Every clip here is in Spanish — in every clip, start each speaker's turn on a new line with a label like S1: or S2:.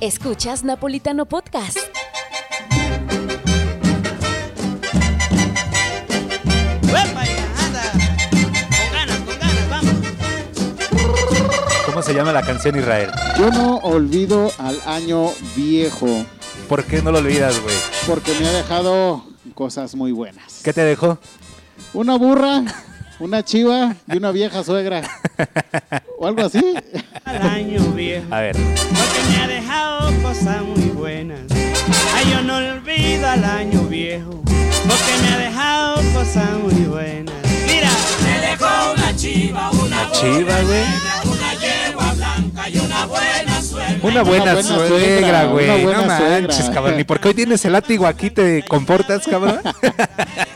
S1: Escuchas Napolitano Podcast.
S2: ¡Uepa, ya, anda! Con ganas, con ganas, vamos.
S3: ¿Cómo se llama la canción Israel?
S4: Yo no olvido al año viejo
S3: ¿Por qué no lo olvidas, güey?
S4: porque me ha dejado cosas muy buenas.
S3: ¿Qué te dejó?
S4: Una burra, una chiva y una vieja suegra. O algo así.
S2: Al año viejo,
S3: A ver,
S2: porque me ha dejado cosas muy buenas. Ay, yo no olvido al año viejo, porque me ha dejado cosas muy buenas. Mira, me dejó una chiva, una
S3: la chiva, güey. Una
S4: buena
S3: buena suegra,
S4: suegra, una
S3: güey.
S4: buena
S3: No
S4: suegra.
S3: manches, cabrón. ¿Y por qué hoy tienes el látigo aquí te comportas, cabrón?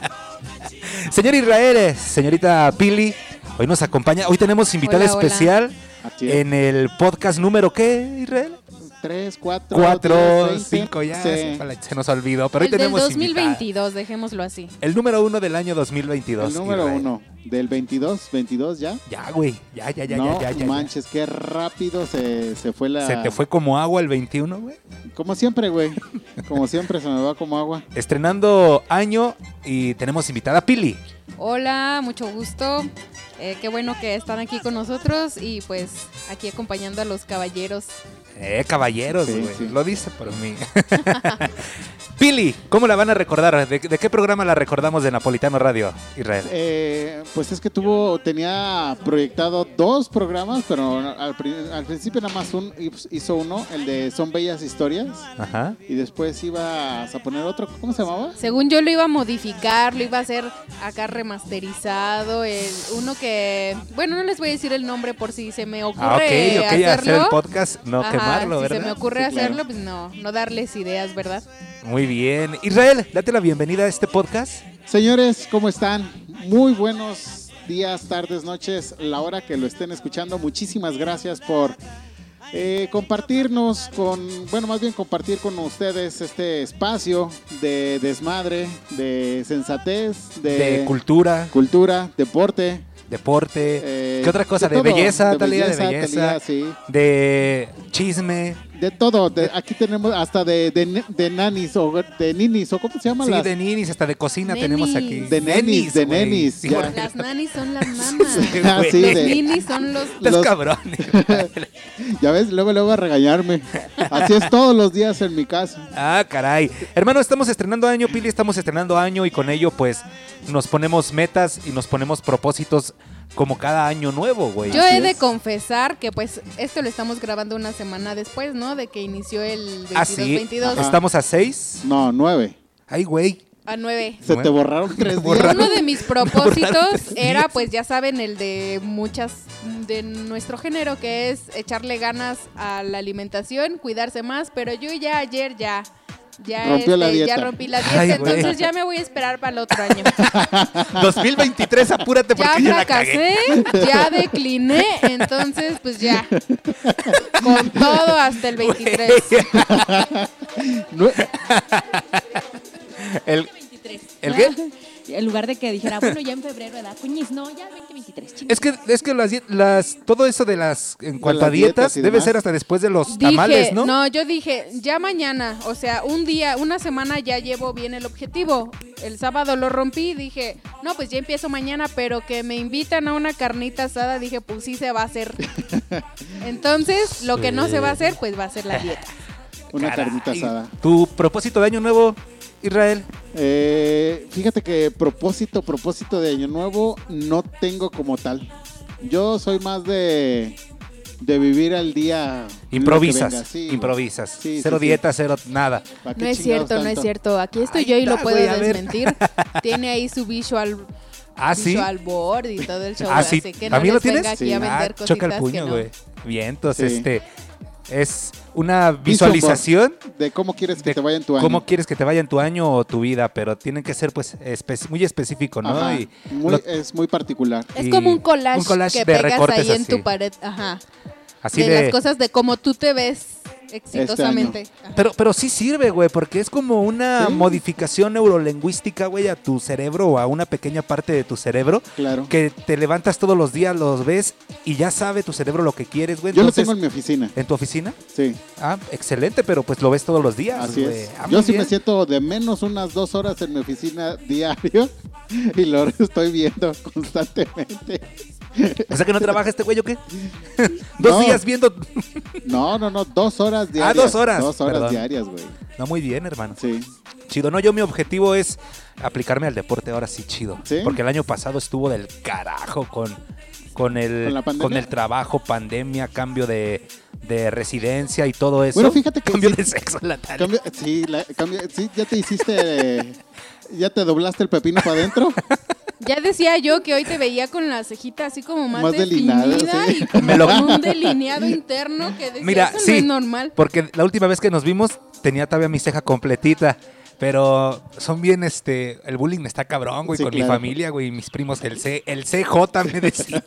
S3: Señor Israel, eh, señorita Pili, hoy nos acompaña. Hoy tenemos invitada
S5: Hola, hola.
S3: especial
S4: Así es.
S3: en el podcast número ¿qué, Israel?
S4: Tres, cuatro,
S3: Cuatro,
S4: diez, veinte,
S3: cinco, ya.
S4: sí.
S3: Se, se nos olvidó. Pero hoy
S5: El Pues del
S3: tenemos invitada.
S5: 2022, dejémoslo así.
S3: El número uno del año 2022.
S4: El número
S3: Israel.
S4: uno. Del 22, 22 ya.
S3: Ya, güey. Ya, ya, ya,
S4: no
S3: ya, ya, ya.
S4: manches, qué rápido se, se fue la...
S3: Se te fue como agua el 21, güey.
S4: Como siempre, güey. Como siempre, se me va como agua.
S3: Estrenando año y tenemos invitada a Pili.
S5: Hola, mucho gusto. Eh, qué bueno que están aquí con nosotros y pues aquí acompañando a los caballeros.
S3: Eh, caballeros,
S4: Sí,
S3: güey.
S4: sí.
S3: Lo dice por mí. Pili, ¿cómo la van a recordar? ¿De, de qué programa la recordamos de Napolitano Radio, Israel?
S4: Eh, pues es que tuvo, tenía proyectado dos programas, pero al, pri- al principio nada más un, pues hizo uno, el de Son Bellas Historias,
S3: Ajá.
S4: y después ibas a poner otro, ¿cómo se llamaba?
S5: Según yo lo iba a modificar, lo iba a hacer acá remasterizado, el uno que, bueno, no les voy a decir el nombre por si se me ocurre
S3: Ah, ok, ok,
S5: hacerlo.
S3: hacer el podcast, no
S5: Ajá,
S3: quemarlo,
S5: Si se me
S3: ¿verdad?
S5: ocurre
S4: Sí, claro.
S5: hacerlo, pues no, no darles ideas, ¿verdad?
S3: Muy bien. Israel, date la bienvenida a este podcast.
S4: Señores, ¿cómo están? Muy buenos días, tardes, noches, la hora que lo estén escuchando. Muchísimas gracias por eh, compartirnos con, bueno, más bien compartir con ustedes este espacio de desmadre, de sensatez, de,
S3: De cultura,
S4: cultura, deporte.
S3: deporte,
S4: eh,
S3: ¿Qué otra cosa? De
S4: todo,
S3: belleza, Talía, de belleza.
S4: Talía, sí.
S3: de chisme,
S4: De todo, de- aquí tenemos hasta de, de, de nanis o de ninis o cómo se llama
S3: Sí,
S4: las-
S3: de ninis, hasta de cocina
S5: Nenis.
S3: tenemos aquí.
S4: De nenis, de
S3: güey.
S4: nenis,
S3: Sí,
S4: ya.
S3: porque
S5: Las nanis son las mamas.
S3: Sí,
S4: Ah,
S3: güey.
S4: sí,
S5: Los
S4: de-
S5: ninis son los
S3: Estás
S4: Los-
S3: cabrón.
S4: Ya ves, luego luego a regañarme. Así es todos los días en mi casa.
S3: Ah, caray. Hermano, estamos estrenando año, Pili, estamos estrenando año y con ello, pues, nos ponemos metas y nos ponemos propósitos como cada año nuevo, güey.
S5: Yo
S4: Así
S5: he de
S4: es.
S5: confesar que pues esto lo estamos grabando una semana después, ¿no? De que inició el
S3: Ah, sí.
S5: 22-22
S4: Ajá.
S3: Estamos a seis.
S4: No, nueve.
S3: Ay, güey.
S5: a 9.
S4: Se te
S3: Nueve.
S4: borraron tres días.
S3: borraron.
S5: Uno de mis propósitos
S3: tres
S5: era,
S3: días.
S5: pues ya saben, el de muchas, de nuestro género, que es echarle ganas a la alimentación, cuidarse más, pero yo ya ayer ya, ya,
S4: Rompió la
S5: este, ya
S4: dieta.
S5: rompí la dieta,
S3: Ay, güey.
S5: entonces ya me voy a esperar para el otro año.
S3: 2023, apúrate
S5: ya
S3: porque ya, la cagué.
S5: fracasé, ya decliné, entonces pues ya, con todo hasta el 23.
S4: Nue-
S3: El, ¿El qué?
S6: En lugar de que dijera, bueno, ya en febrero, ¿verdad? Cuñiz, no, ya 2023. chinga.
S3: Es que, es que las, die- las, todo eso de las, en cuanto
S4: las
S3: a dietas,
S4: dietas y
S3: debe
S4: demás.
S3: ser hasta después de los
S5: Dije,
S3: tamales, ¿no?
S5: yo dije, ya mañana, o sea, un día, una semana ya llevo bien el objetivo. El sábado lo rompí, dije, no, pues ya empiezo mañana, pero que me invitan a una carnita asada, dije, pues sí se va a hacer. Entonces, lo que no se va a hacer, pues va a ser
S3: Ah,
S5: la dieta.
S4: Una
S3: Caray.
S4: carnita asada.
S3: ¿Tu propósito de año nuevo, Israel?
S4: Eh, fíjate que propósito, propósito de año nuevo no tengo como tal. Yo soy más de de vivir al día.
S3: Improvisas,
S4: lo que venga, sí, güey.
S3: improvisas.
S4: Sí,
S3: cero
S4: sí, sí.
S3: dieta, cero nada.
S4: ¿Pa' qué
S5: No es
S4: chingados
S5: cierto, no es
S4: tanto?
S5: cierto. Aquí estoy
S3: Ahí
S5: yo y lo
S3: está,
S5: puedo
S3: güey, a ver.
S5: desmentir. Tiene ahí su visual,
S3: Ah, sí.
S5: visual board y todo el show.
S3: Ah, sí.
S5: Así que no
S3: ¿También lo
S5: les
S3: tienes?
S5: venga aquí
S4: Sí.
S5: a
S3: Ah,
S5: vender cositas
S3: choca el
S5: que
S3: puño,
S5: no.
S3: güey. Bien, entonces,
S4: Sí.
S3: este. Es una visualización
S4: De cómo quieres que
S3: de
S4: te vaya en tu año.
S3: cómo quieres que te vaya en tu año o tu vida, pero tienen que ser, pues, espe- muy específico, ¿no?
S4: Ajá,
S3: Y
S4: muy- e-,
S3: lo-
S4: Es muy particular.
S5: Es
S3: y
S5: como un collage,
S3: un collage de
S5: que pegas
S3: recortes
S5: ahí en
S3: así.
S5: tu pared. Ajá.
S3: así
S5: de,
S3: de.
S5: las cosas de cómo tú te ves exitosamente.
S4: Este
S5: Ajá.
S3: Pero, pero sí sirve, güey, porque es como una
S4: Sí.
S3: modificación neurolingüística, güey, a tu cerebro o a una pequeña parte de tu cerebro.
S4: Claro.
S3: Que te levantas todos los días, los ves y ya sabe tu cerebro lo que quieres, güey.
S4: Yo lo
S3: Entonces,
S4: tengo en mi oficina.
S3: en tu oficina.
S4: Sí,
S3: Ah, excelente, pero pues lo ves todos los días.
S4: así
S3: güey.
S4: es.
S3: Ah, muy
S4: Yo sí me
S3: bien.
S4: siento de menos unas dos horas en mi oficina diario y lo estoy viendo constantemente.
S3: O sea que no trabaja este güey o qué? Dos
S4: No.
S3: días viendo.
S4: No, no, no, dos horas diarias.
S3: Ah, dos horas,
S4: Dos horas
S3: perdón.
S4: diarias, güey.
S3: No, muy bien, hermano.
S4: Sí.
S3: Chido. No, yo mi objetivo es aplicarme al deporte ahora sí, chido.
S4: ¿Sí?
S3: Porque el año pasado estuvo del carajo con, con, el,
S4: ¿Con la pandemia?
S3: el trabajo, pandemia, cambio de, de residencia y todo eso.
S4: Bueno, fíjate que
S3: Cambio
S4: sí.
S3: de sexo en la tarde.
S4: Cambia- sí, la- cambia- sí, ya te hiciste. eh, ya te doblaste el pepino para adentro.
S5: Ya decía yo que hoy te veía con la cejita así como más,
S4: Más
S5: definida
S4: delineada, sí.
S5: y como
S3: Me lo-
S5: con un delineado interno que decía,
S3: Mira,
S5: eso
S3: sí.
S5: no es normal.
S3: Porque la última vez que nos vimos tenía todavía mi ceja completita. Pero son bien, este, el bullying está cabrón, güey,
S4: Sí,
S3: con mi
S4: claro.
S3: familia, güey, y mis primos, el C, el CJ me decía.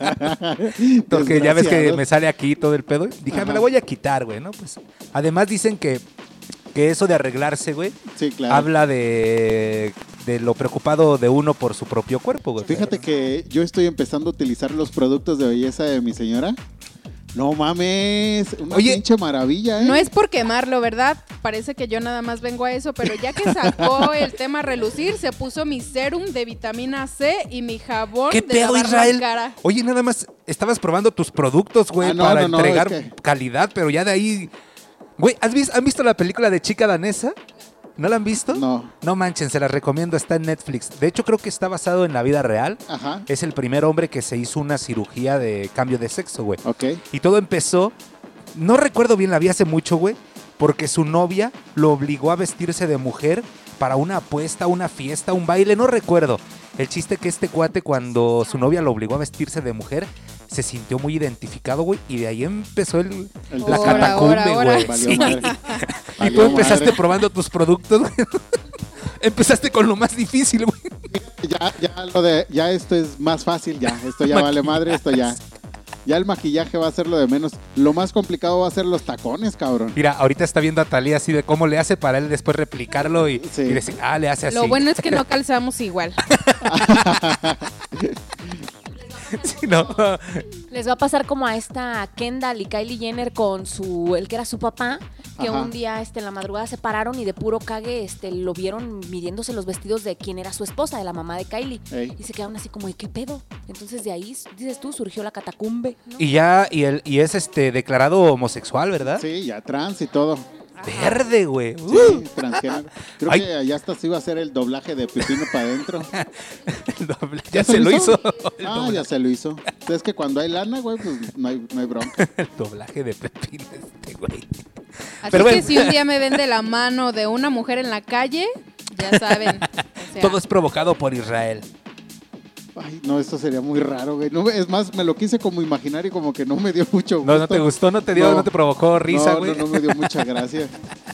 S3: Porque ya ves que
S4: Desgraciados.
S3: me sale aquí todo el pedo. Dije, "Ah, me la
S4: Ajá.
S3: voy a quitar, güey, ¿no? Pues, además dicen que, que eso de arreglarse, güey,
S4: Sí, claro.
S3: habla de, de lo preocupado de uno por su propio cuerpo, güey.
S4: Fíjate que yo estoy empezando a utilizar los productos de belleza de mi señora. No mames, una
S3: Oye.
S4: pinche maravilla, ¿eh?
S5: No es por quemarlo, ¿verdad? Parece que yo nada más vengo a eso, pero ya que sacó el tema a relucir, se puso mi serum de vitamina C y mi jabón
S3: ¿Qué
S5: de
S3: pedo,
S5: lavar la
S3: Israel?
S5: cara.
S3: Oye, nada más estabas probando tus productos, güey,
S4: Ah, no,
S3: para
S4: no, no,
S3: entregar
S4: es que-
S3: calidad, pero ya de ahí. Güey, ¿has vis- ¿han visto la película de Chica Danesa? ¿No la han visto?
S4: No.
S3: No manchen, se la recomiendo, está en Netflix. De hecho, creo que está basado en la vida real.
S4: Ajá.
S3: Es el primer hombre que se hizo una cirugía de cambio de sexo, güey.
S4: Ok.
S3: Y todo empezó, no recuerdo bien, la vi hace mucho, güey, porque su novia lo obligó a vestirse de mujer para una apuesta, una fiesta, un baile, no recuerdo. El chiste que este cuate cuando su novia lo obligó a vestirse de mujer, se sintió muy identificado, güey, y de ahí empezó el,
S4: El
S3: la
S5: Ahora,
S3: catacumbe,
S5: ahora, ahora.
S3: güey.
S4: Valió
S3: Sí.
S4: madre.
S3: Y tú
S4: Valió
S3: empezaste
S4: madre.
S3: probando tus productos, güey. Empezaste con lo más difícil, güey.
S4: Ya, ya lo de, ya esto es más fácil, ya. Esto ya vale madre, esto ya. Ya el maquillaje va a ser lo de menos. Lo más complicado va a ser los tacones, cabrón.
S3: Mira, ahorita está viendo a Talía así de cómo le hace para él después replicarlo y,
S4: Sí.
S3: y decir, ah, le hace así.
S5: Lo bueno es que no calzamos igual.
S3: Sí, no.
S1: Les va a pasar como a esta Kendall y Kylie Jenner con su, el que era su papá, que
S4: Ajá.
S1: un día este, en la madrugada se pararon y de puro cague este, lo vieron midiéndose los vestidos de quien era su esposa, de la mamá de Kylie.
S4: Ey.
S1: Y se quedaron así como, ¿y qué pedo? Entonces de ahí, dices tú, surgió la catacumbe. ¿no?
S3: Y ya, y, él, y es este declarado homosexual, ¿verdad?
S4: Sí, ya trans y todo.
S3: Verde, güey.
S4: Sí,
S3: Uh,
S4: transgénero. Creo
S3: Ay.
S4: que allá hasta se iba a hacer el doblaje de pepino para adentro.
S3: el doble- ya se lo hizo. El,
S4: Ah,
S3: doble-
S4: ya se lo hizo. Es que cuando hay lana, güey, pues no hay, no hay bronca.
S3: el doblaje de Pepín, este güey.
S5: Así
S3: Pero
S5: que
S3: bueno.
S5: si un día me ven de la mano de una mujer en la calle, ya saben. o sea,
S3: Todo es provocado por Israel.
S4: Ay, no, esto sería muy raro, güey. No, es más, me lo quise como imaginar y como que no me dio mucho gusto.
S3: No, no te gustó, no te dio, no,
S4: No.
S3: te provocó risa,
S4: No,
S3: güey.
S4: No, no me dio mucha gracia.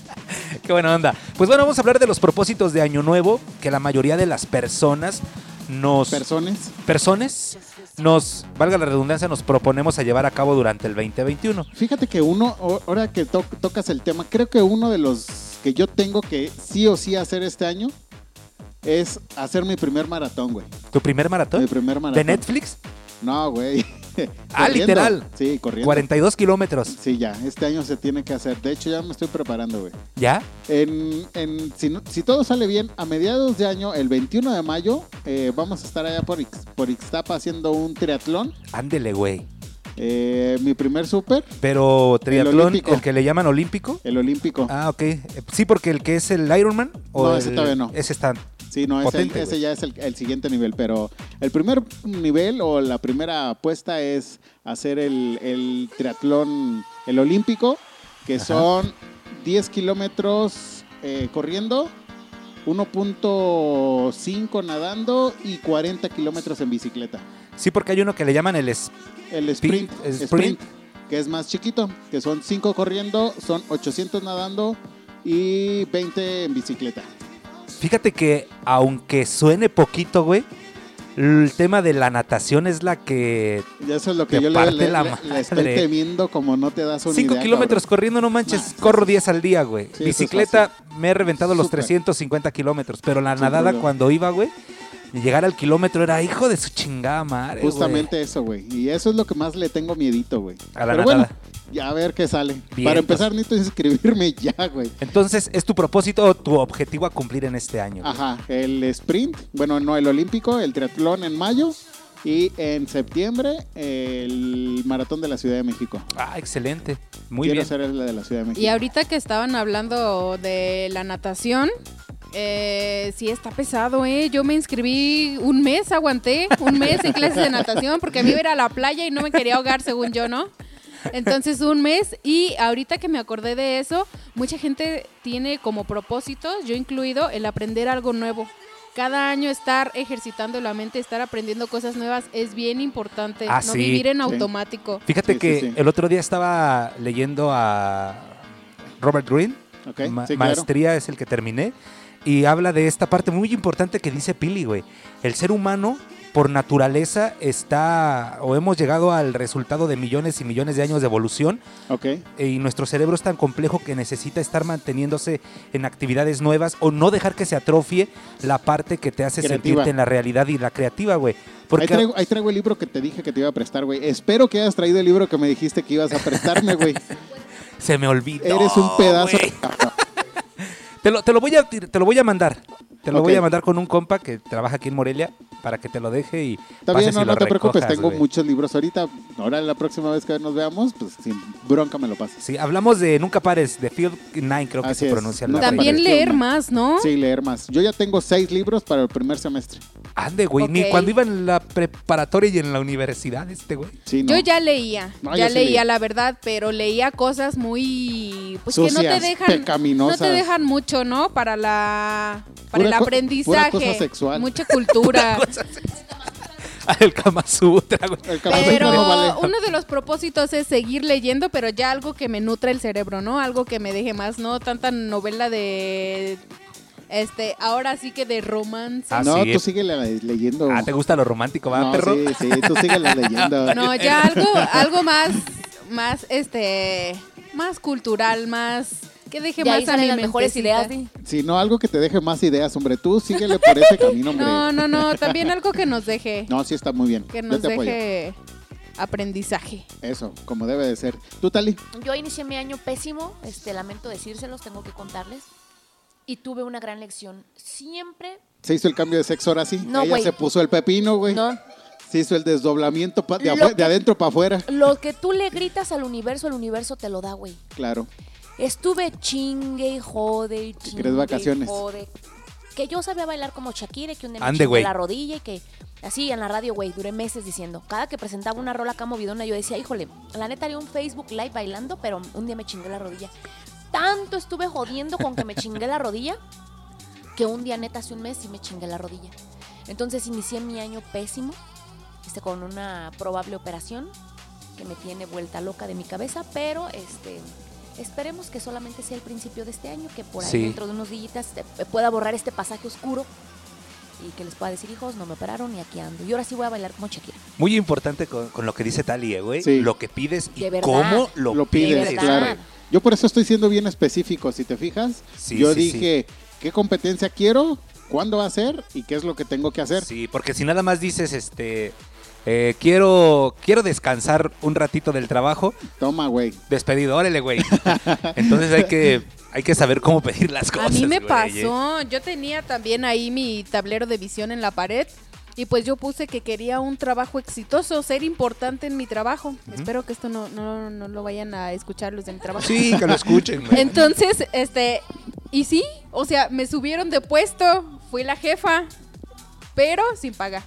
S3: Qué buena onda. Pues bueno, vamos a hablar de los propósitos de Año Nuevo, que la mayoría de las personas nos.
S4: Personas.
S3: personas nos, valga la redundancia, nos proponemos a llevar a cabo durante el 2021.
S4: Fíjate que uno, o- ahora que to- tocas el tema, creo que uno de los que yo tengo que sí o sí hacer este año es hacer mi primer maratón, güey.
S3: ¿Tu primer maratón?
S4: Mi primer
S3: ¿De
S4: maratón.
S3: Netflix?
S4: No, güey.
S3: Ah,
S4: Corriendo.
S3: literal.
S4: Sí, corriendo.
S3: 42 kilómetros.
S4: Sí, ya, este año se tiene que hacer. De hecho, ya me estoy preparando, güey.
S3: ¿Ya?
S4: En, en- si, no- si todo sale bien, a mediados de año, el 21 de mayo, eh, vamos a estar allá por, Ix- por Ixtapa haciendo un triatlón.
S3: Ándele, güey.
S4: Eh, mi primer súper,
S3: Pero triatlón, el,
S4: olímpico.
S3: que le llaman olímpico.
S4: el olímpico.
S3: Ah, ok. Eh, Sí, porque el que es el Ironman. O
S4: No, ese
S3: el-
S4: todavía no.
S3: Ese está.
S4: sí, no, ese,
S3: potente,
S4: ese
S3: güey.
S4: ya es el, el siguiente nivel, pero el primer nivel o la primera apuesta es hacer el, el triatlón, el olímpico, que
S3: Ajá.
S4: son 10 kilómetros eh, corriendo. 1.5 nadando y 40 kilómetros en bicicleta.
S3: Sí, porque hay uno que le llaman el. es-
S4: El sprint,
S3: Sprint.
S4: sprint, que es más chiquito, que son 5 corriendo, son 800 nadando y 20 en bicicleta.
S3: Fíjate que, aunque suene poquito, güey, el tema de la natación es la que...
S4: Y eso es lo que
S3: Te
S4: yo le,
S3: parte
S4: le-
S3: la
S4: le- le
S3: madre.
S4: estoy temiendo como no te das una
S3: 5
S4: idea,
S3: kilómetros
S4: cabrón.
S3: corriendo, no manches, corro 10 al día, güey.
S4: eso es
S3: Bicicleta, me he reventado los
S4: Súper.
S3: 350 kilómetros, pero la
S4: Sin
S3: nadada
S4: problema.
S3: cuando iba, güey, llegar al kilómetro era hijo de su chingada madre, güey.
S4: Justamente eso, güey. Y eso es lo que más le tengo miedito, güey.
S3: A la nadada.
S4: Pero bueno, ya a ver qué sale. Para
S3: Vientos.
S4: empezar necesito inscribirme ya, güey.
S3: Entonces, ¿es tu propósito o tu objetivo a cumplir en este año? güey?
S4: Ajá, el sprint, bueno, no el olímpico, el triatlón en mayo y en septiembre el maratón de la Ciudad de México.
S3: Ah, excelente. Muy
S4: Quiero
S3: bien.
S4: hacer la de la Ciudad de México.
S5: Y ahorita que estaban hablando de la natación, eh, sí está pesado, ¿eh? Yo me inscribí un mes, aguanté un mes en clases de natación porque a mí iba a ir a la playa y no me quería ahogar, según yo, ¿no? Entonces un mes y ahorita que me acordé de eso, mucha gente tiene como propósitos, yo incluido, el aprender algo nuevo. Cada año estar ejercitando la mente, estar aprendiendo cosas nuevas es bien importante.
S3: Ah,
S5: no
S3: sí.
S5: vivir en
S4: Sí.
S5: automático.
S3: Fíjate
S4: Sí, sí,
S3: que
S4: sí.
S3: el otro día estaba leyendo a Robert Greene.
S4: Ok,
S3: Ma-
S4: sí, claro.
S3: maestría es el que terminé. Y habla de esta parte muy importante que dice Pili, güey. El ser humano, por naturaleza, está o hemos llegado al resultado de millones y millones de años de evolución.
S4: Ok.
S3: eh, Y nuestro cerebro es tan complejo que necesita estar manteniéndose en actividades nuevas o no dejar que se atrofie la parte que te hace
S4: Creativa.
S3: sentirte en la realidad y la creativa, güey.
S4: Ahí
S3: Porque
S4: traigo, ahí traigo el libro que te dije que te iba a prestar, güey. Espero que hayas traído el libro que me dijiste que ibas a prestarme, güey.
S3: se me olvidó.
S4: Eres un pedazo.
S3: güey. Te lo, te lo voy a, tir- te lo voy a mandar. Te lo
S4: Ok.
S3: voy a mandar con un compa que trabaja aquí en Morelia para que te lo deje y
S4: Está bien,
S3: pases y
S4: no,
S3: lo
S4: no te preocupes,
S3: recojas,
S4: tengo
S3: güey.
S4: muchos libros ahorita. Ahora la próxima vez que nos veamos, pues sin bronca me lo pasas.
S3: Sí, hablamos de Nunca Pares, de Field Nine creo que
S4: Así
S3: se
S4: es.
S3: pronuncia el
S4: Nunca
S3: nombre.
S5: También
S4: Apareció
S5: leer
S4: una-
S5: más, ¿no?
S4: Sí, leer más. Yo ya tengo seis libros para el primer semestre.
S3: Ande, güey, ni
S5: Ok.
S3: cuando iba en la preparatoria y en la universidad este, güey.
S4: Sí, no.
S5: Yo ya leía,
S4: No,
S5: ya
S4: yo sí
S5: leía
S4: leía.
S5: la verdad, pero leía cosas muy pues que no te
S4: Sucias,
S5: dejan
S4: pecaminosas.
S5: no te dejan mucho, ¿no? Para la para
S4: Pura
S5: el
S4: co-
S5: aprendizaje,
S4: pura cosa sexual.
S5: mucha cultura.
S3: El Kama Sutra, güey.
S4: El caballo
S5: pero
S4: no vale.
S5: uno de los propósitos es seguir leyendo, pero ya algo que me nutra el cerebro, ¿no? Algo que me deje más, no tanta novela de este, ahora sí que de romance.
S3: Ah,
S4: no,
S3: sí.
S4: tú síguela leyendo.
S3: Ah, ¿te gusta lo romántico, va,
S4: no,
S3: perro?
S4: sí, sí, tú síguela leyendo.
S5: No, ya algo, algo más, más, este, más cultural, más, que deje
S1: De
S5: más
S1: ahí
S5: a mi
S1: salen las mejores
S5: mentecita.
S1: ideas. ¿sí?
S4: Si no, algo que te deje más ideas, hombre. Tú síguele por ese camino, hombre.
S5: No, no, no, también algo que nos deje,
S4: No, sí está muy bien.
S5: que
S4: Yo
S5: nos
S4: te apoyo.
S5: deje aprendizaje.
S4: Eso, como debe de ser. Tú, Tali,
S1: Yo inicié mi año pésimo, este, lamento decírselos, tengo que contarles. Y tuve una gran lección. Siempre,
S4: se hizo el cambio de sexo ahora sí.
S1: No,
S4: Ella
S1: güey.
S4: se puso el pepino, güey.
S1: ¿no?
S4: Se hizo el desdoblamiento pa- de,
S1: Lo
S4: afue-
S1: que-
S4: de adentro para afuera.
S1: Lo que tú le gritas al universo, el universo te lo da, güey.
S4: Claro.
S1: Estuve chingue y jode y chingue
S4: querés
S1: y
S4: vacaciones.
S1: jode. Que yo sabía bailar como Shakira, que un día me
S3: Ande,
S1: chingué
S3: güey.
S1: la rodilla y que así en la radio, güey, duré meses diciendo. Cada que presentaba una rola acá movidona, yo decía, híjole, la neta haría un Facebook Live bailando, pero un día me chingué la rodilla. Tanto estuve jodiendo con que me chingué la rodilla, que un día neta hace un mes sí me chingué la rodilla. Entonces inicié mi año pésimo, este, con una probable operación que me tiene vuelta loca de mi cabeza, pero este esperemos que solamente sea el principio de este año, que por ahí
S3: Sí.
S1: dentro de unos dígitas eh, pueda borrar este pasaje oscuro y que les pueda decir, hijos, no me operaron y aquí ando. Y ahora sí voy a bailar como Shakira.
S3: Muy importante con, con lo que dice Talie, güey.
S4: Sí.
S3: Lo que pides y
S1: De verdad.
S3: cómo lo,
S4: Lo
S1: de
S4: pides,
S1: verdad.
S4: claro. Yo por eso estoy siendo bien específico, si te fijas.
S3: Sí,
S4: Yo
S3: sí,
S4: dije, ¿qué competencia quiero? ¿Cuándo va a ser? ¿Y qué es lo que tengo que hacer?
S3: Sí, porque si nada más dices, este, eh, quiero, quiero descansar un ratito del trabajo,
S4: Toma, güey.
S3: despedido, órale, güey. Entonces hay que, hay que saber cómo pedir las cosas.
S5: A mí
S3: güey,
S5: me
S3: ¿eh?
S5: pasó, yo tenía también ahí mi tablero de visión en la pared y pues yo puse que quería un trabajo exitoso, ser importante en mi trabajo. Espero que esto no, no, no lo vayan a escuchar los de mi trabajo.
S3: Sí, que lo escuchen, güey.
S5: Entonces, este, y sí, o sea, me subieron de puesto, fui la jefa, pero sin paga.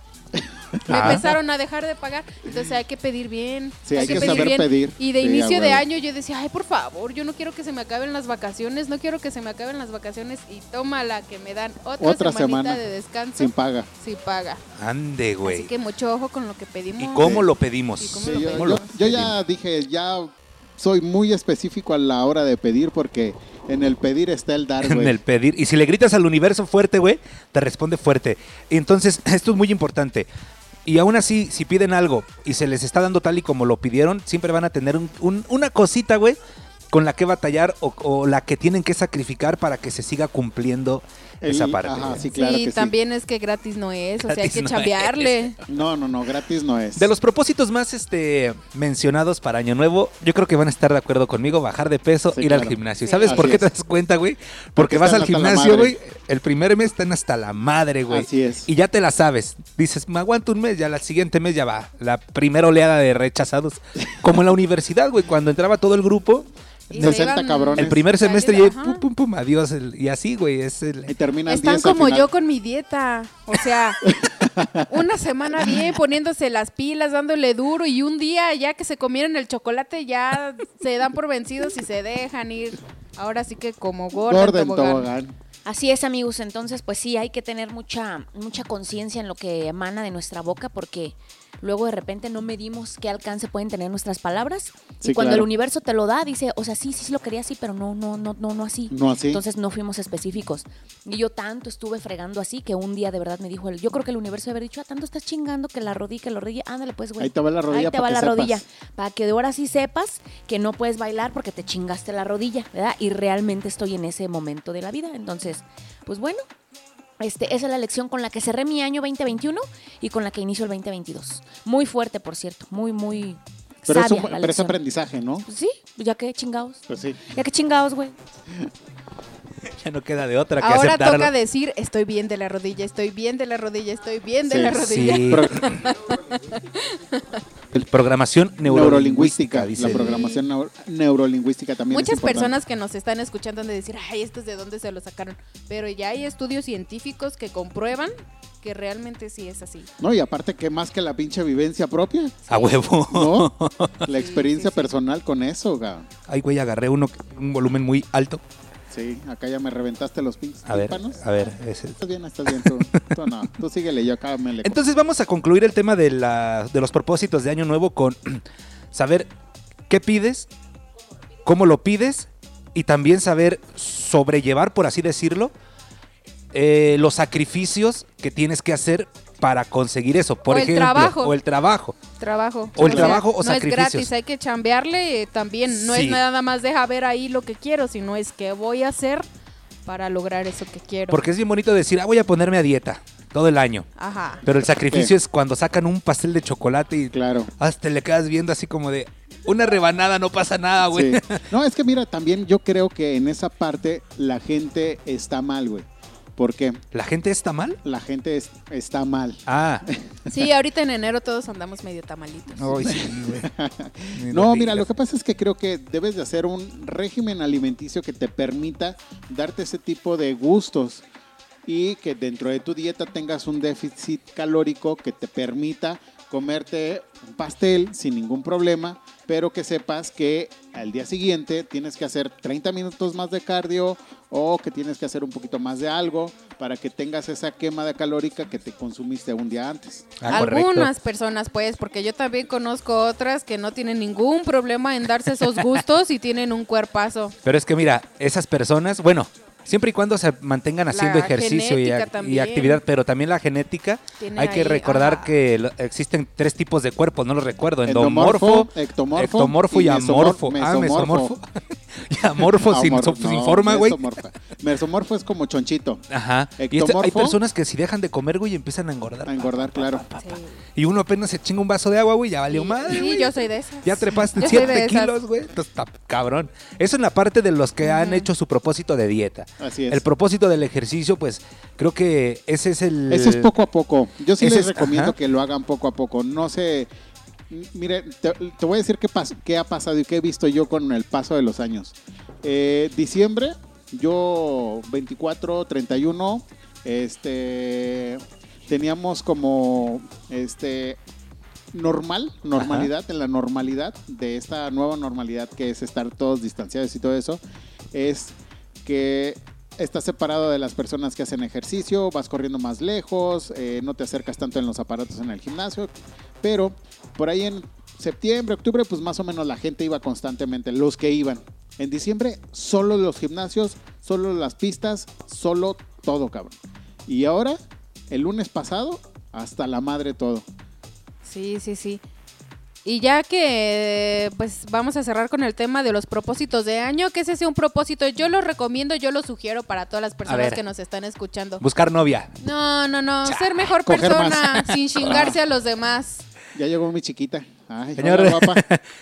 S5: Me
S3: Ah.
S5: empezaron a dejar de pagar, entonces hay que pedir bien.
S4: Sí, hay que saber pedir.
S5: Y de
S4: Sí, a
S5: inicio de
S4: huevo.
S5: año yo decía, ay, por favor, yo no quiero que se me acaben las vacaciones, no quiero que se me acaben las vacaciones y tómala, que me dan otra,
S4: Otra
S5: semanita
S4: semana.
S5: de descanso
S4: Sin
S5: sin,
S4: paga.
S5: paga.
S3: Ande, güey.
S5: Así que mucho ojo con lo que pedimos.
S3: ¿Y cómo
S4: Sí.
S3: lo
S5: ¿Y
S3: pedimos?
S5: cómo
S4: Sí,
S5: lo
S4: yo,
S5: pedimos?
S3: ¿Cómo lo
S4: yo- yo ya dije, ya soy muy específico a la hora de pedir porque En el pedir está el dar, güey.
S3: en el pedir. Y si le gritas al universo fuerte, güey, te responde fuerte. Entonces, esto es muy importante. Y aún así, si piden algo y se les está dando tal y como lo pidieron, siempre van a tener un- un- una cosita, güey, con la que batallar o, o la que tienen que sacrificar para que se siga cumpliendo
S4: El-
S3: esa parte.
S4: ajá,
S3: güey.
S4: sí, claro
S5: sí,
S4: que sí.
S5: también es que gratis no es, o sea, hay
S3: Gratis
S5: que
S3: no es.
S5: chambearle.
S4: No, no, no, gratis no es.
S3: De los propósitos más este, mencionados para Año Nuevo, yo creo que van a estar de acuerdo conmigo, bajar de peso,
S4: Sí,
S3: ir al
S4: claro.
S3: gimnasio.
S5: Sí.
S3: ¿Sabes por
S4: Así
S3: qué te
S4: es.
S3: das cuenta, güey? Porque,
S4: Porque
S3: vas
S4: están
S3: al
S4: hasta la
S3: gimnasio,
S4: madre.
S3: güey, el primer mes están hasta la madre, güey.
S4: Así es.
S3: Y ya te la sabes. Dices, me aguanto un mes, ya la siguiente mes ya va. La primera oleada de rechazados. Como en la universidad, güey, cuando entraba todo el grupo,
S5: Y se
S4: 60
S5: iban-
S4: cabrones.
S3: el primer
S5: Salida,
S3: semestre ya,
S5: ajá.
S3: pum, pum, pum, adiós. el- Y así, güey, es el-
S4: Y terminan
S5: Están
S4: 10 al
S5: como
S4: final.
S5: yo con mi dieta. O sea, una semana bien poniéndose las pilas, dándole duro y un día ya que se comieron el chocolate ya se dan por vencidos y se dejan ir. Ahora sí que como gorda. en
S4: Gordo en
S5: tobogán.
S4: tobogán.
S1: Así es, amigos. Entonces, pues sí, hay que tener mucha, mucha conciencia en lo que emana de nuestra boca porque luego de repente no medimos qué alcance pueden tener nuestras palabras.
S4: Sí,
S1: y cuando el
S4: claro.
S1: universo te lo da, dice, o sea, sí, sí, sí lo quería así, pero no, no, no, no, no así.
S4: No así.
S1: Entonces no fuimos específicos. Y yo tanto estuve fregando así que un día de verdad me dijo él, yo creo que el universo debe haber dicho, ah, tanto estás chingando que la rodilla, que la rodilla, ándale pues, güey.
S4: Ahí te va la rodilla
S1: Ahí te
S4: pa'
S1: va
S4: que
S1: la
S4: sepas.
S1: rodilla. Para que de ahora sí sepas que no puedes bailar porque te chingaste la rodilla, ¿verdad? Y realmente estoy en ese momento de la vida. Entonces, pues bueno, este, esa es la lección con la que cerré mi año 2021 y con la que inicio el 2022. Muy fuerte, por cierto. Muy, muy
S4: Pero, es,
S1: sabia
S4: un-
S1: la
S4: pero es
S1: lección.
S4: aprendizaje, ¿no?
S1: Pues sí, ya que chingados.
S4: Pues sí.
S1: Ya que chingados, güey.
S3: ya no queda de otra que
S5: Ahora
S3: aceptarlo.
S5: toca decir, estoy bien de la rodilla, estoy bien de la rodilla, estoy bien de
S4: Sí,
S5: la
S3: Sí.
S5: rodilla.
S3: El- Programación neurolingüística,
S4: Neurolingüística.
S3: dice.
S4: La
S3: el-
S4: programación neuro- neurolingüística también es
S5: Muchas
S4: importante.
S5: personas que nos están escuchando han de decir, ay, ¿estos de dónde se lo sacaron? Pero ya hay estudios científicos que comprueban que realmente sí es así.
S4: No, y aparte que más que la pinche vivencia propia,
S3: A huevo.
S4: ¿no? la experiencia
S5: sí, sí.
S4: personal con eso, ga.
S3: Ay, güey, agarré uno, un volumen muy alto.
S4: Sí, acá ya me reventaste los pinches
S3: A ver,
S4: tímpanos.
S3: a ver. ese.
S4: Estás bien, estás bien tú. Tú no, tú síguele, yo acá me le...
S3: Entonces vamos a concluir el tema de, la- de los propósitos de Año Nuevo con saber qué pides, cómo lo pides y también saber sobrellevar, por así decirlo, eh, los sacrificios que tienes que hacer para conseguir eso. Por
S5: O el
S3: ejemplo,
S5: trabajo.
S3: o el trabajo.
S5: Trabajo.
S3: O el
S5: sea,
S3: trabajo o
S5: no
S3: sacrificios.
S5: es gratis, hay que chambearle eh, también. No
S3: Sí.
S5: es nada más deja ver ahí lo que quiero, sino es que voy a hacer para lograr eso que quiero.
S3: Porque es bien bonito decir, ah, voy a ponerme a dieta todo el año.
S5: Ajá.
S3: Pero el sacrificio
S4: Sí.
S3: es cuando sacan un pastel de chocolate y
S4: Claro.
S3: hasta le quedas viendo así como de una rebanada no pasa nada, Ah, güey.
S4: Sí. No, es que mira, también yo creo que en esa parte la gente está mal, güey. ¿Por qué?
S3: ¿La gente está mal?
S4: La gente es- está mal.
S3: Ah,
S5: Sí, ahorita en enero todos andamos medio tamalitos.
S3: ay, sí, güey. Ni
S4: No,
S3: lo
S4: mira, lo
S3: digas.
S4: que pasa es que creo que debes de hacer un régimen alimenticio que te permita darte ese tipo de gustos y que dentro de tu dieta tengas un déficit calórico que te permita comerte un pastel sin ningún problema, pero que sepas que al día siguiente tienes que hacer 30 minutos más de cardio o que tienes que hacer un poquito más de algo para que tengas esa quema de calórica que te consumiste un día antes.
S3: Ah, correcto.
S5: Algunas personas, pues, porque yo también conozco otras que no tienen ningún problema en darse esos gustos y tienen un cuerpazo.
S3: Pero es que mira, esas personas, bueno, siempre y cuando se mantengan haciendo
S5: La
S3: ejercicio y,
S5: genética
S3: ac- y
S5: también.
S3: actividad, pero también la genética,
S5: Tiene
S3: hay que
S5: ahí,
S3: recordar
S5: ajá.
S3: que lo- existen tres tipos de cuerpos, no lo recuerdo, endomorfo,
S4: ectomorfo,
S3: ectomorfo y, amorfo.
S4: mesomor-
S3: Ah,
S4: mesomorfo.
S3: mesomorfo. y amorfo sin,
S4: Amor-
S3: sin
S4: no,
S3: forma, güey.
S4: mesomorfa. Mesomorfo es como chonchito.
S3: Ajá. Y este- hay
S4: Ectomorfo.
S3: personas que si dejan de comer, güey, empiezan a engordar.
S4: A engordar, claro.
S5: Sí.
S3: Y uno apenas se chinga un vaso de agua, güey, ya valió
S5: Sí,
S3: madre.
S5: sí,
S3: güey.
S5: yo soy de esas.
S3: Ya trepaste
S5: Yo soy de
S3: 7
S5: esas.
S3: kilos, güey. Entonces, está cabrón. Eso en la parte de los que han hecho su propósito de dieta.
S4: Así es.
S3: El propósito del ejercicio, pues, creo que ese es el...
S4: Eso es poco a poco. Yo sí
S3: Ese
S4: les
S3: Eh, es-
S4: recomiendo
S3: ajá.
S4: que lo hagan poco a poco. No se... M- Mire, te, te voy a decir qué, pas- qué ha pasado y qué he visto yo con el paso de los años. Eh, diciembre, yo 24, 31, este, teníamos como este normal, normalidad, en la normalidad de esta nueva normalidad que es estar todos distanciados y todo eso, es que estás separado de las personas que hacen ejercicio, vas corriendo más lejos, eh, no te acercas tanto en los aparatos en el gimnasio, pero por ahí en septiembre, octubre, pues más o menos la gente iba constantemente, los que iban. En diciembre, solo los gimnasios, solo las pistas, solo todo, cabrón. Y ahora, el lunes pasado, hasta la madre todo.
S5: Sí, sí, sí. Y ya que pues vamos a cerrar con el tema de los propósitos de año, que ese sea un propósito, yo lo recomiendo, yo lo sugiero para todas las personas
S3: ver.
S5: que nos están escuchando.
S3: Buscar novia.
S5: No, no, no, ser mejor
S4: coger
S5: persona sin chingarse a los demás.
S4: Ya llegó mi chiquita. Ay,
S3: Señor.
S4: hola, guapa.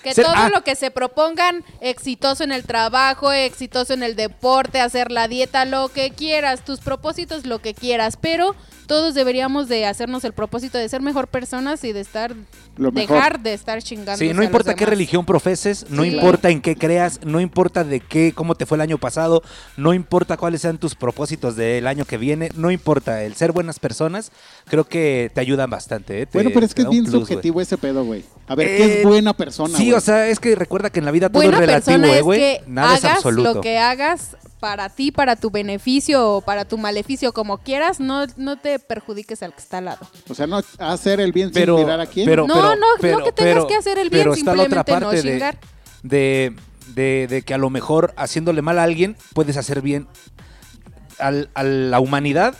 S5: Que
S3: Ser-
S5: todo
S3: ah,
S5: lo que se propongan, exitoso en el trabajo, exitoso en el deporte, hacer la dieta, lo que quieras, tus propósitos, lo que quieras, pero todos deberíamos de hacernos el propósito de ser mejor personas y de estar
S4: Lo mejor.
S5: dejar de estar chingando.
S3: Sí, no importa qué religión profeses, no
S5: Sí.
S3: importa en qué creas, no importa de qué, cómo te fue el año pasado, no importa cuáles sean tus propósitos del año que viene, no importa. El ser buenas personas creo que te ayudan bastante. ¿eh? Te-
S4: Bueno, pero es
S3: te
S4: que es
S3: da un
S4: bien
S3: plus, güey.
S4: subjetivo ese pedo, güey. A ver, ¿qué es
S3: Eh,
S4: buena persona?
S3: Sí,
S4: güey?
S3: o sea, es que recuerda que en la vida todo
S5: Buena
S3: es relativo,
S5: persona
S3: ¿eh,
S5: es
S3: güey.
S5: que
S3: Nada es
S5: hagas
S3: absoluto.
S5: lo que hagas para ti, para tu beneficio o para tu maleficio, como quieras, no, no te perjudiques al que está al lado.
S4: O sea, no hacer el bien
S3: pero,
S4: sin mirar a quién.
S3: pero,
S5: No,
S3: pero-
S5: no, no
S3: pero-
S5: que tengas
S3: pero-
S5: que hacer el bien,
S3: pero está la otra
S5: simplemente no
S3: parte de-
S5: chingar.
S3: De, de- de que a lo mejor haciéndole mal a alguien puedes hacer bien al- a la humanidad.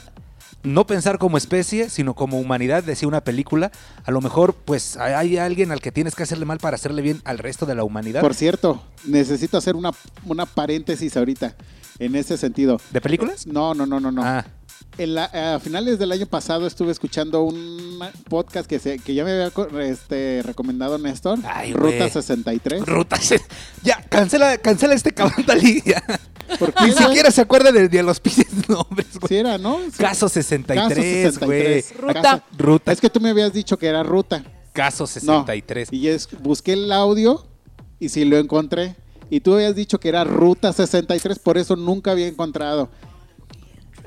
S3: No pensar como especie, sino como humanidad, decía una película. A lo mejor, pues, hay- hay alguien al que tienes que hacerle mal para hacerle bien al resto de la humanidad.
S4: Por cierto, necesito hacer una, una paréntesis ahorita en ese sentido.
S3: ¿De películas?
S4: No, no, no, no, no.
S3: Ah,
S4: En la- a finales del año pasado estuve escuchando un podcast que, se, que ya me había co- este, recomendado Néstor,
S3: Ay,
S4: Ruta
S3: güey.
S4: 63.
S3: rutas. Ya, cancela, cancela este cabrón, Dalí. ya.
S4: Porque
S3: Ni
S4: era-
S3: siquiera se acuerda de, de los pinches nombres, güey.
S4: Sí era, ¿no? Sí.
S3: Caso
S4: Caso
S3: 63, güey.
S4: 63.
S1: Ruta.
S4: Caso-
S3: Ruta.
S4: Es que tú me habías dicho que era Ruta.
S3: Caso
S4: No.
S3: 63.
S4: Y es, busqué el audio y sí lo encontré. Y tú habías dicho que era Ruta 63, por eso nunca había encontrado.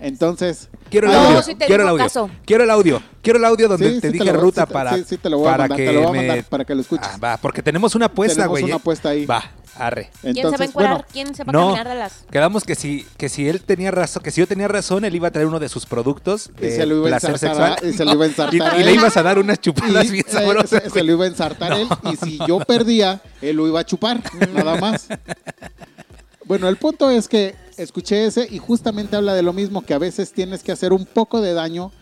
S4: Entonces,
S3: Quiero el
S1: No,
S3: audio.
S1: sí te
S3: quiero el
S1: digo
S3: audio.
S1: caso.
S3: Quiero el audio. Quiero el audio donde
S4: Ah, Sí, sí
S3: te
S4: te
S3: dije
S4: lo voy-
S3: ruta
S4: sí te-
S3: para
S4: sí, sí te lo voy a
S3: para
S4: mandar,
S3: que
S4: te lo voy a
S3: me-
S4: mandar para que lo escuches.
S3: Ah, va, porque tenemos una apuesta,
S4: Tenemos
S3: güey.
S4: una
S3: ¿eh?
S4: apuesta ahí.
S3: Va, arre.
S1: ¿Quién se va a
S4: entonces,
S1: encuadrar?
S4: bueno,
S1: ¿Quién se va a
S3: No,
S1: caminar de las.?
S3: quedamos que si, que si él tenía razón, que si yo tenía razón, él iba a traer uno de sus productos
S4: y
S3: de
S4: se lo iba a
S3: placer
S4: ensartar.
S3: sexual.
S4: a- Y se lo iba a
S3: Y,
S4: ensartar. a
S3: y
S4: él.
S3: le ibas a dar unas
S4: Y,
S3: chupadas bien
S4: eh,
S3: sabrosas.
S4: se, se
S3: güey.
S4: lo iba a ensartar él y si yo perdía, él lo iba a chupar, nada más. Bueno, el punto es que escuché ese y justamente habla de lo mismo, que a veces tienes que hacer un poco de daño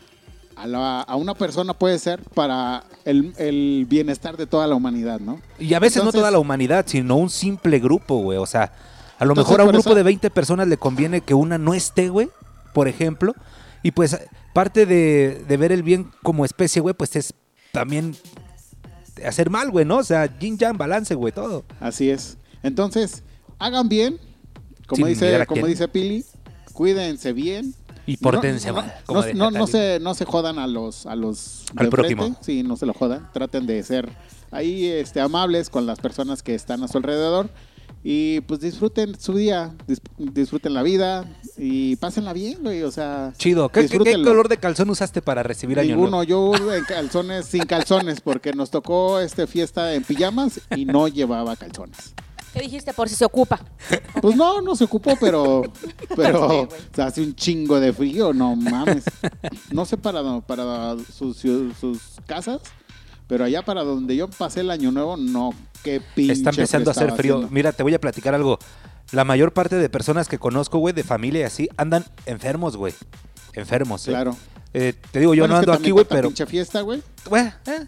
S4: a, la- a una persona puede ser para el, el bienestar de toda la humanidad, ¿no?
S3: Y a veces no
S4: Entonces-
S3: toda la humanidad, sino un simple grupo, güey. O sea, a lo
S4: Entonces,
S3: mejor a un
S4: por
S3: grupo
S4: eso-
S3: de 20 personas le conviene que una no esté, güey, por ejemplo. Y pues parte de, de ver el bien como especie, güey, pues es también hacer mal, güey, ¿no? O sea, yin yang, balance, güey, todo.
S4: Así es. Entonces, hagan bien,
S3: Sin
S4: como
S3: mirar
S4: dice,
S3: a
S4: como
S3: quién.
S4: dice Pili, cuídense bien.
S3: Y pórtense
S4: no,
S3: mal.
S4: no,
S3: como
S4: No,
S3: de
S4: no, no
S3: Natalie.
S4: se, no se jodan a los, a los de
S3: Al prójimo.
S4: frente. Sí, no se lo jodan. Traten de ser ahí este, amables con las personas que están a su alrededor. Y pues disfruten su día, dis- disfruten la vida y pásenla bien, güey. O sea,
S3: Chido. ¿Qué, qué, qué
S4: disfrútenlo.
S3: color de calzón usaste para recibir año nuevo?
S4: Ninguno, yo en calzones, sin calzones, porque nos tocó este fiesta en pijamas y no llevaba calzones.
S1: ¿Qué dijiste? Por si se ocupa.
S4: Pues no, no se ocupó, pero, pero se hace un chingo de frío, no mames. No sé para, dó- para sus, ciu- sus casas, pero allá para donde yo pasé el año nuevo, no, qué pinche.
S3: Está empezando a hacer
S4: estaba
S3: frío.
S4: haciendo.
S3: Mira, te voy a platicar algo. La mayor parte de personas que conozco, güey, de familia y así, andan enfermos, güey. Enfermos. ¿eh?
S4: Claro.
S3: Eh, te digo, yo
S4: Bueno,
S3: no
S4: es que
S3: ando aquí,
S4: también
S3: güey,
S4: tanta
S3: pero.
S4: pinche fiesta, güey.
S3: Bueno, eh,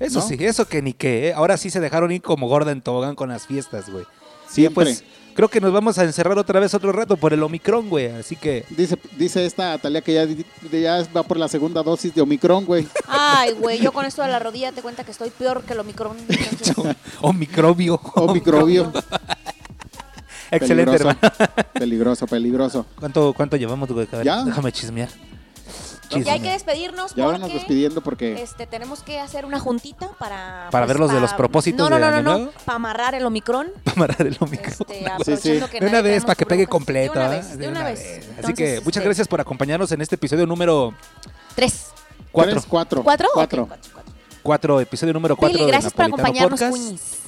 S3: eso
S4: ¿No?
S3: sí, eso que ni qué. eh. Ahora sí se dejaron ir como gorda en tobogán con las fiestas, güey. Sí,
S4: Siempre.
S3: pues creo que nos vamos a encerrar otra vez otro rato por el Omicron, güey. Así que.
S4: Dice, dice esta Talía que ya, di- ya va por la segunda dosis de Omicron, güey.
S1: Ay, güey, yo con esto de la rodilla te cuenta que estoy peor que el Omicron. entonces-
S3: Omicrobio.
S4: O microbio.
S3: Excelente,
S4: Peligroso.
S3: hermano.
S4: Peligroso, peligroso.
S3: ¿Cuánto, cuánto llevamos, güey? A ver,
S4: ¿Ya?
S3: Déjame chismear.
S1: Y hay
S3: Chismear.
S1: que despedirnos
S4: Ya vámonos
S1: porque
S4: despidiendo porque
S1: este, tenemos que hacer una juntita para... pues,
S3: Para ver los de los propósitos
S1: No, no,
S3: de
S1: no, no,
S3: Año
S1: no.
S3: Nuevo.
S1: Para amarrar el Omicron.
S3: Amarrar el Omicron.
S1: Este,
S4: Sí, sí.
S1: aprovechando que
S3: De una
S1: nadie
S3: vez,
S1: traemos
S3: para que pegue
S1: cubrebocas.
S3: completo.
S1: De una
S3: ¿eh?
S1: vez, de una vez.
S3: Así
S1: Entonces,
S3: que muchas
S1: este,
S3: gracias por acompañarnos en este episodio número
S1: Tres.
S3: 4.
S4: tres, cuatro.
S1: ¿Cuatro? Ok,
S4: Cuatro.
S1: cuatro, cuatro.
S3: Episodio número 4
S1: Pili,
S3: de
S1: gracias por
S3: Napolitano
S1: acompañarnos,
S3: Podcast.
S1: Cuñis.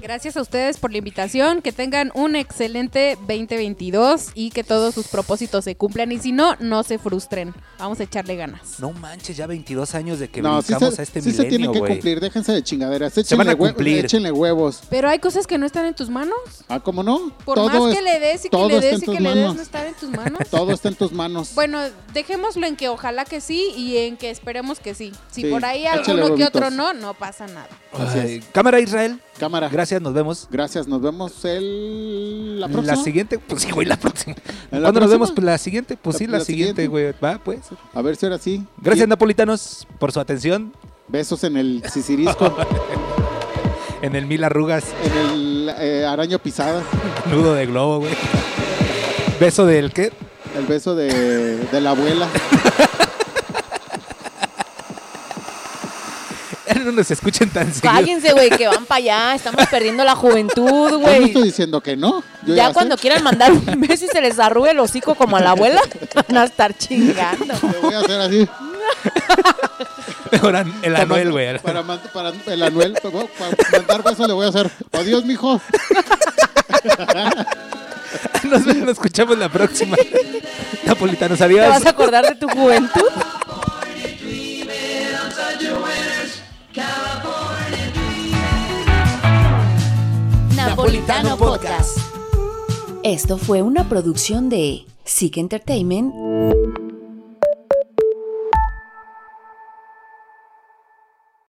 S5: Gracias a ustedes por la invitación, que tengan un excelente 2022 y que todos sus propósitos se cumplan y si no, no se frustren. Vamos a echarle ganas.
S3: No manches, ya 22 años de que
S4: no, sí
S3: brincamos
S4: se,
S3: a este
S4: sí se
S3: milenio,
S4: tienen que
S3: güey.
S4: cumplir, déjense de chingaderas. Échenle,
S3: van a
S4: hue-
S3: cumplir.
S4: échenle huevos.
S5: Pero hay cosas que no están en tus manos.
S4: Ah, ¿cómo no?
S5: Por más
S4: es-
S5: que le des y que
S4: todo
S5: le
S4: está
S5: des
S4: en
S5: y
S4: tus
S5: que le des,
S4: manos.
S5: no están en tus manos.
S4: Todo está en tus manos.
S5: Bueno, dejémoslo en que ojalá que sí y en que esperemos que sí. Si
S4: Sí,
S5: por ahí
S4: échale
S5: alguno que
S4: huevitos.
S5: otro no, no pasa nada.
S4: Así
S3: Ay, Cámara Israel,
S4: Cámara.
S3: gracias, nos vemos.
S4: Gracias, nos vemos el... la próxima.
S3: siguiente, pues sí, güey, la próxima.
S4: ¿En la
S3: ¿Cuándo nos
S4: próxima?
S3: vemos? Pues la siguiente, pues sí, la,
S4: La
S3: siguiente,
S4: siguiente.
S3: güey. Va, pues.
S4: A ver si ahora sí.
S3: Gracias,
S4: Bien.
S3: napolitanos, por su atención
S4: Besos en el sisirisco,
S3: en el Mil Arrugas,
S4: en el eh, araño pisada,
S3: nudo de globo, güey. Beso del qué?
S4: el beso de, de la abuela.
S3: No nos escuchen tan seguido.
S1: Cállense, güey, que van para allá. Estamos perdiendo la juventud,
S4: Yo no estoy
S1: güey.
S4: diciendo que no. Yo
S1: Ya
S4: sé.
S1: cuando quieran mandar un beso y se les arrugue el hocico como a la abuela, van a estar chingando.
S4: Le voy a hacer así.
S3: Ahora el Anuel, güey.
S4: Para, man- para el Anuel, para, para mandar beso le voy a hacer. Adiós, mijo.
S3: Nos vemos, nos escuchamos la próxima. Napolitanos,
S1: Te
S3: adiós.
S1: vas a acordar de tu juventud.
S3: Napolitano Podcast.
S7: Esto fue una producción de SIC Entertainment